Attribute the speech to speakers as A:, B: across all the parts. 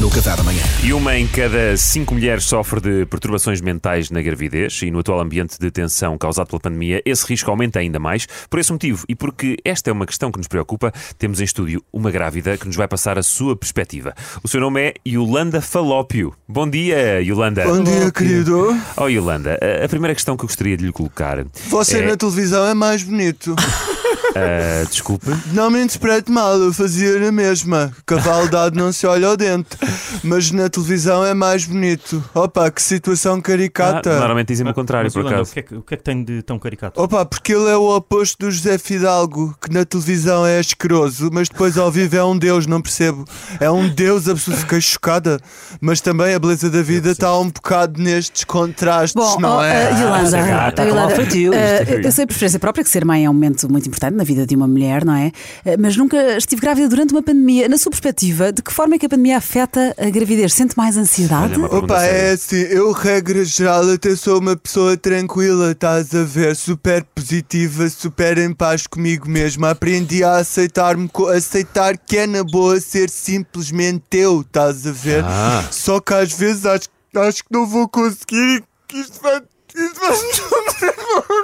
A: no Café da Manhã.
B: E uma em cada cinco mulheres sofre de perturbações mentais na gravidez e no atual ambiente de tensão causado pela pandemia, esse risco aumenta ainda mais. Por esse motivo e porque esta é uma questão que nos preocupa, temos em estúdio uma grávida que nos vai passar a sua perspectiva. O seu nome é Yolanda Falópio. Bom dia, Yolanda.
C: Bom dia, querido.
B: Oh, Yolanda, a- a primeira questão que eu gostaria de lhe colocar.
C: Você
B: é,
C: na televisão é mais bonito.
B: ah, desculpe.
C: Não me interprete mal, eu fazia a mesma. Cavalo dado não se olha ao dente. Mas na televisão é mais bonito. Opa, que situação
B: Ah,
C: caricata.
B: normalmente dizem-me o contrário,
D: Mas,
B: por
D: Yolanda,
B: acaso.
D: O que, é que, o que é que tem de tão caricato?
C: Opa, porque ele é o oposto do José Fidalgo, que na televisão é asqueroso, mas depois ao vivo é um deus, não percebo. É um deus absoluto, fiquei chocada. Mas também a beleza da vida está um bocado nestes contrastes,
E: Bom,
C: não
E: oh,
C: é?
E: eh, Yolanda,
B: essa gata,
E: oh,
B: como
E: Yolanda,
B: alfaiatil,
E: eh,
B: isto é.
E: eu sei por preferência própria que ser mãe é um momento muito importante na vida de uma mulher, não é? Eh, Mas nunca estive grávida durante uma pandemia. Na sua perspectiva, de que forma é que a pandemia afeta a gravidez? Sente mais ansiedade?
B: Olha, uma pergunta
C: Opa,
B: séria.
C: é assim, eu regra geral até sou uma pessoa tranquila, estás a ver, super positiva, super em paz comigo mesma. Aprendi a aceitar-me, co- aceitar que é na boa ser simplesmente eu, estás a ver?
B: Ah.
C: Só que às vezes acho, acho que não vou conseguir, que isto vai. Isto vai...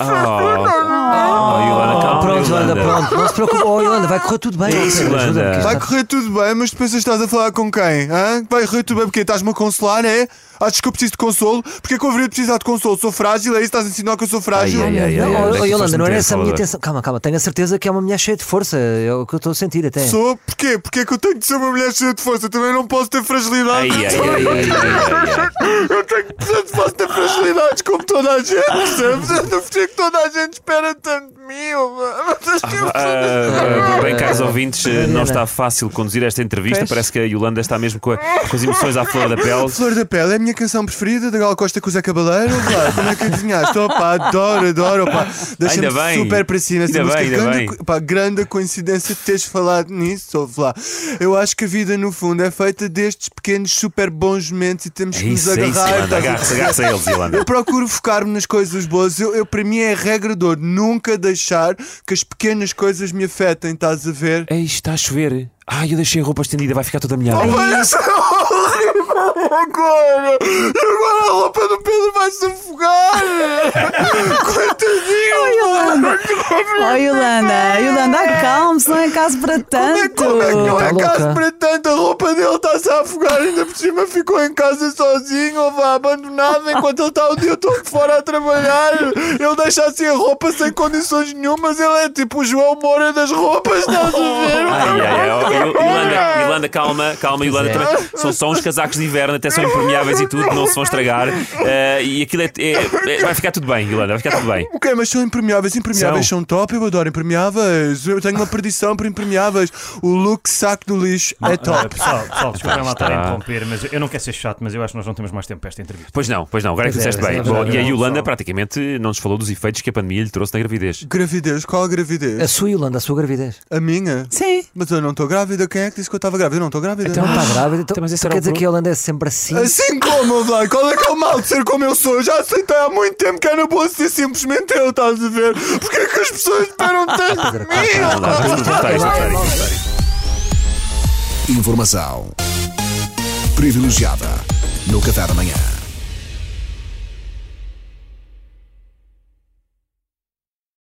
B: Oh, oh, Yolanda, calma,
F: Ah, pronto, Yolanda,
B: Yolanda.
F: pronto. Não se preocupe. Oh, Yolanda, vai correr tudo bem.
B: É isso,
F: Ajuda-me,
B: Yolanda.
F: que isto
C: Vai
F: está-
C: correr tudo bem, mas depois estás a falar com quem? hã? Vai correr tudo bem porque estás-me a consolar, é? Achas que eu preciso de consolo? Porque é que eu haveria de precisar de consolo? Sou frágil, é isso? Estás a ensinar que eu sou frágil?
B: Ai, ai, ai,
F: Não,
B: ai,
F: oh,
B: Yolanda,
F: oh, Yolanda, não era
B: foste
F: essa a
B: muito enroladora.
F: minha intenção. Calma, calma. Tenho a certeza que é uma mulher cheia de força. É o que eu estou a sentir até.
C: Sou? Porquê? Porquê é que eu tenho de ser uma mulher cheia de força? Também não posso ter
B: Ai,
C: fragilidades.
B: ai, ai, ai, ai, ai, ai.
C: Eu tenho portanto, posso ter fragilidades como toda a gente, percebes? Eu não percebo que toda a gente espera tanto de mim. Mas acho que é eu
B: Ah, bem, caros ouvintes, não está fácil conduzir esta entrevista. Parece que a Yolanda está mesmo com, a- com as emoções à flor da pele.
C: Flor da Pele é a minha canção preferida da Gal Costa com o Zé Cabaleiro. Claro, como é que adivinhaste? Opa, adoro, adoro. Opa. Deixa-me
B: Ainda bem.
C: super para cima. Essa
B: Ainda
C: música.
B: bem, ainda
C: grande,
B: bem.
C: co- pá, grande coincidência de teres falado nisso. Ouve lá. Eu acho que a vida, no fundo, é feita destes pequenos super bons momentos e temos
B: É
C: que nos
B: isso, é isso,
C: agarrar. tá?
B: Yolanda.
C: estás a
B: Agarra-se agarra-se a eles, Yolanda.
C: Eu procuro focar-me nas coisas boas. Eu, eu, para mim é regra de ouro nunca deixar que as pequenas coisas me afetem, estás a ver?
B: Ei, está a chover. Ai, eu deixei a roupa estendida, vai ficar toda molhada.
C: Olha só, é agora! E agora a roupa do Pedro vai se afogar! Coitadinho!
E: Oh, Yolanda, Yolanda, acalme-se, não é caso para
C: Como é,
E: tanto.
C: que- como é que não é
F: Tá louca.
C: caso para tanto? A roupa dele está-se a afogar, ainda por cima ficou em casa sozinho, ou vá abandonado enquanto ele está o dia todo fora a trabalhar. Ele deixa assim a roupa sem condições nenhumas, ele é tipo o João Moura das roupas, estás a ver?
B: Ai, ai, ai. Oh, Yo- Yolanda, Yolanda, calma, calma, Yolanda.
F: é.
B: Também. São só uns casacos de inverno, até são impermeáveis e tudo, não se vão estragar. Ah, e aquilo é, é- é- Vai ficar tudo bem, Yolanda, vai ficar tudo bem.
C: Ok, mas são impermeáveis. Impermeáveis
B: São.
C: são, top, eu adoro impermeáveis. Eu tenho uma perdição por impermeáveis. O look saco do lixo é
D: Ah,
C: top.
D: pessoal, pessoal, desculpem lá estar a
B: está.
D: interromper, mas eu não quero ser chato, mas eu acho que nós não temos mais tempo para esta entrevista.
B: Pois não, pois não, agora é que
F: Pois é,
B: disseste bem.
F: pois é,
B: Bom,
F: pois
B: e
F: é.
B: a Yolanda praticamente não nos falou dos efeitos que a pandemia lhe trouxe na gravidez.
C: Gravidez, qual a gravidez?
F: A sua Yolanda, a sua gravidez.
C: A minha?
E: Sim.
C: Mas eu não estou grávida. Quem é que disse que eu estava grávida? Eu não estou grávida.
F: Então está grávida. Então,
B: tá mas esse
F: tu
B: era
F: quer
B: o
F: dizer que a Yolanda é sempre assim?
C: Assim como, Vlad, qual é que é o mal de ser como eu sou? Eu já aceitei há muito tempo que era boa ser simplesmente eu, estás a ver? Porque é que as pessoas esperam tanto de
B: Não dá,
C: mim?
B: vamos cortar isto, cortar isto.
A: Informação privilegiada no Café da Manhã.